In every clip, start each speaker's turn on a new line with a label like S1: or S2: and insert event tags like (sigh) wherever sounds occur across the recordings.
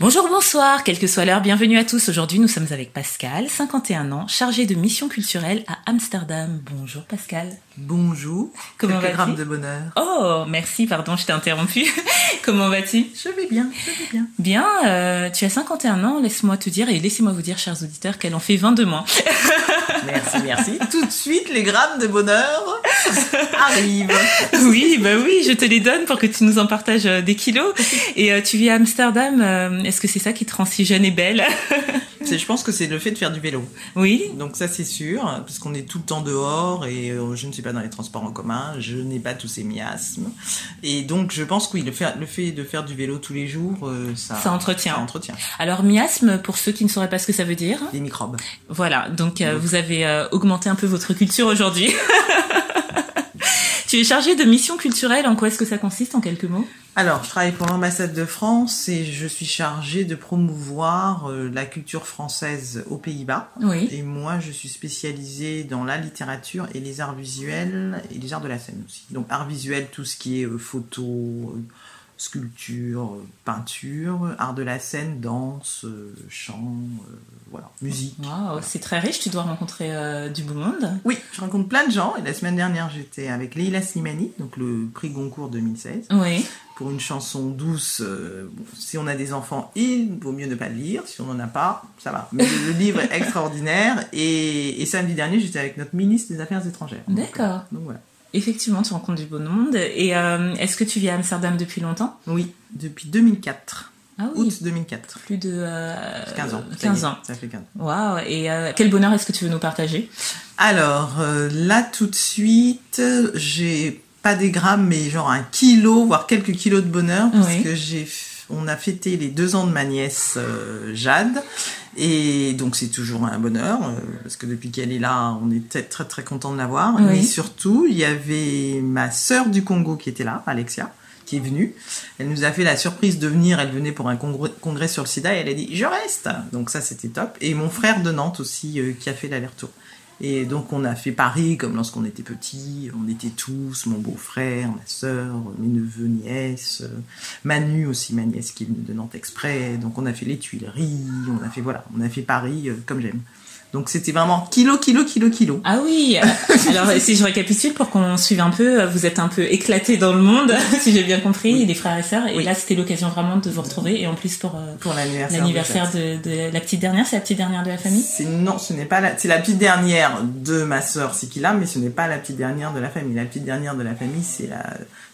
S1: Bonjour, bonsoir, quelle que soit l'heure, bienvenue à tous. Aujourd'hui, nous sommes avec Pascal, 51 ans, chargé de mission culturelle à Amsterdam. Bonjour Pascal.
S2: Bonjour.
S1: Comment
S2: Quelques
S1: vas-tu
S2: grammes de bonheur.
S1: Oh, merci, pardon, je t'ai interrompu. (laughs) Comment vas-tu
S2: Je vais bien, je vais bien.
S1: Bien, euh, tu as 51 ans, laisse-moi te dire et laissez-moi vous dire, chers auditeurs, qu'elle en fait 20 de moins. (laughs)
S2: Merci, merci. Tout de suite, les grammes de bonheur (laughs) arrivent.
S1: oui, bah oui, je te les donne pour que tu nous en partages euh, des kilos. Et euh, tu vis à Amsterdam, euh, est-ce que c'est ça qui te rend si jeune et belle (laughs)
S2: C'est- Je pense que c'est le fait de faire du vélo.
S1: Oui,
S2: Donc ça, c'est sûr, parce qu'on est tout le temps dehors et euh, je ne suis pas dans les transports en commun, je n'ai pas tous ces miasmes. Et donc, je pense que oui, le fait, le fait de faire du vélo tous les jours, euh, ça,
S1: Ça entretient.
S2: ça entretient.
S1: Alors miasme, pour ceux qui ne sauraient pas ce que ça veut dire.
S2: Des microbes.
S1: Voilà, donc euh, vous avez euh, augmenté un peu votre culture aujourd'hui. (laughs) tu es chargé de mission culturelle, en quoi est-ce que ça consiste en quelques mots
S2: Alors, je travaille pour l'ambassade de France et je suis chargée de promouvoir euh, la culture française aux Pays-Bas.
S1: Oui.
S2: Et moi, je suis spécialisée dans la littérature et les arts visuels et les arts de la scène aussi. Donc, arts visuels, tout ce qui est euh, photo, euh, sculpture, euh, peinture, euh, arts de la scène, danse, euh, chant, euh, voilà, musique.
S1: Waouh, c'est très riche, tu dois rencontrer euh, du beau monde.
S2: Oui, je rencontre plein de gens. Et la semaine dernière, j'étais avec Leila Slimani, donc le prix Goncourt 2016,
S1: Oui.
S2: pour une chanson douce. euh, bon, si on a des enfants, il vaut mieux ne pas le lire. Si on n'en a pas, ça va. Mais le livre est extraordinaire. Et, et samedi dernier, j'étais avec notre ministre des Affaires étrangères. Donc,
S1: D'accord.
S2: euh, Donc voilà.
S1: Effectivement, tu rencontres du beau monde. Et euh, est-ce que tu vis à Amsterdam depuis longtemps
S2: Oui, depuis 2004.
S1: Ah
S2: Août 2004.
S1: Plus de euh,
S2: 15 ans. ça y est,
S1: 15 ans.
S2: Ça fait 15 ans.
S1: Waouh. Et euh, quel bonheur est-ce que tu veux nous partager
S2: Alors, euh, là, tout de suite, j'ai pas des grammes, mais genre un kilo, voire quelques kilos de bonheur, parce
S1: Oui.
S2: que j'ai, f- on a fêté les deux ans de ma nièce euh, Jade, et donc c'est toujours un bonheur, euh, parce que depuis qu'elle est là, on est très très très content de l'avoir.
S1: Oui.
S2: Mais surtout, il y avait ma sœur du Congo qui était là, Alexia, qui est venue. Elle nous a fait la surprise de venir. Elle venait pour un congrès, congrès sur le sida et elle a dit Je reste Donc, ça, c'était top. Et mon frère de Nantes aussi euh, qui a fait l'aller-retour. Et donc, on a fait Paris comme lorsqu'on était petit. On était tous mon beau-frère, ma sœur, mes neveux, nièces, euh, Manu aussi, ma nièce qui est venue de Nantes exprès. Donc, on a fait les Tuileries. On a fait, voilà, on a fait Paris euh, comme j'aime. Donc, c'était vraiment kilo, kilo, kilo, kilo.
S1: Ah oui.
S2: (laughs)
S1: Alors si je récapitule pour qu'on suive un peu, euh, vous êtes un peu éclaté dans le monde, (laughs) si j'ai bien compris,
S2: Oui.
S1: les frères et sœurs. Et
S2: Oui.
S1: là, c'était l'occasion vraiment de vous retrouver. Et en plus pour euh,
S2: Pour l'anniversaire. de
S1: l'anniversaire
S2: Jade.
S1: de, de la petite dernière, c'est la petite dernière de la famille.
S2: C'est- non, ce n'est pas la, c'est la petite dernière de ma sœur Sikila, mais ce n'est pas la petite dernière de la famille. La petite dernière de la famille, c'est la,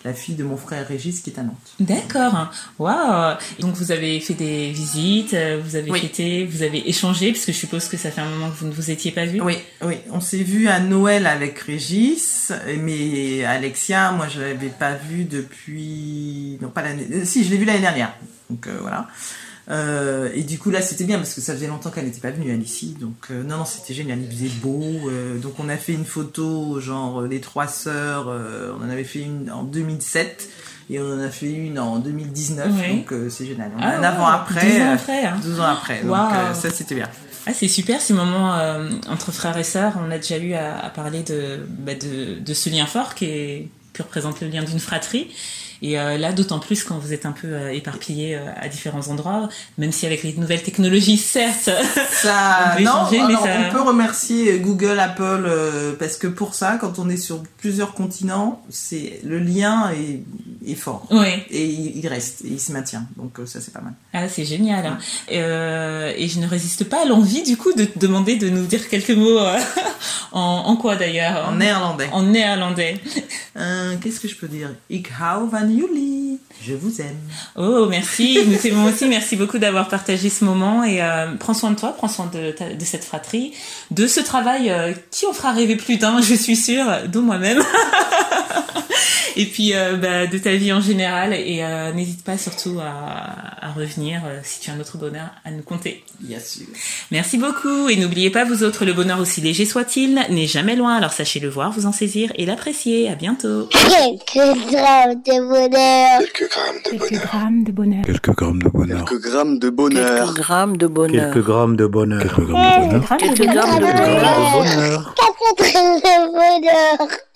S2: la fille de mon frère Régis qui est à Nantes.
S1: D'accord. Waouh. Donc vous avez fait des visites, euh, vous avez
S2: Oui.
S1: fêté, vous avez échangé, parce que je suppose que ça fait un moment que vous ne vous étiez pas vus.
S2: Oui, oui, on s'est vu à Noël avec Régis, mais Alexia, moi je l'avais pas vue depuis, non pas l'année, euh, si je l'ai vue l'année dernière, donc euh, voilà. Euh, et du coup là c'était bien parce que ça faisait longtemps qu'elle n'était pas venue elle ici, donc euh, non non c'était génial, il faisait beau, euh, donc on a fait une photo genre euh, les trois sœurs, euh, on en avait fait une en 2007 et on en a fait une en 2019,
S1: Oui.
S2: donc euh, c'est génial. On a
S1: Ah,
S2: un
S1: ouais,
S2: avant
S1: deux
S2: après,
S1: ans après, hein.
S2: 12 ans après, donc
S1: Waouh.
S2: euh, ça c'était bien.
S1: Ah, c'est super ces moments euh, entre frères et sœurs. On a déjà eu à, à parler de, bah, de, de ce lien fort qui, est, qui représente le lien d'une fratrie. Et euh, là, d'autant plus quand vous êtes un peu euh, éparpillés euh, à différents endroits, même si avec les nouvelles technologies, certes. (laughs)
S2: ça,
S1: On peut
S2: non,
S1: échanger, mais
S2: alors,
S1: ça-
S2: on peut remercier Google, Apple, euh, parce que pour ça, quand on est sur plusieurs continents, c'est le lien est, est fort.
S1: oui.
S2: Et il il reste, et il se maintient. Donc euh, ça, c'est pas mal.
S1: Ah, c'est génial. hein. Euh, et je ne résiste pas à l'envie du coup de te demander de nous dire quelques mots euh, (laughs) en, en quoi d'ailleurs
S2: En néerlandais.
S1: En néerlandais.
S2: Euh, Qu'est-ce que je peux dire Ik hou van jullie. Je vous aime.
S1: Oh, merci. Nous t'aimons aussi. Merci beaucoup d'avoir partagé ce moment. Et euh, prends soin de toi, prends soin de, ta- de cette fratrie, de ce travail euh, qui en fera rêver plus d'un, je suis sûre, dont moi-même. (laughs) et puis euh, bah, de ta vie en général. Et euh, n'hésite pas surtout à, à revenir, euh, si tu as un autre bonheur, à nous compter.
S2: Bien sûr.
S1: Merci beaucoup. Et n'oubliez pas, vous autres, le bonheur aussi léger soit-il n'est jamais loin. Alors sachez le voir, vous en saisir et l'apprécier. À bientôt.
S3: Quelques grammes de bonheur.
S4: Quelques grammes de
S5: Quelques
S4: bonheur.
S5: grammes de bonheur.
S6: Quelques grammes de bonheur.
S4: Quelques grammes de bonheur.
S7: Quelques grammes de bonheur.
S6: Quelques grammes de bonheur.
S5: Quelques grammes de
S7: Quelques grammes de
S5: bonheur.
S7: bonheur.
S6: Quelques grammes de bonheur.
S3: Quatre grammes de bonheur.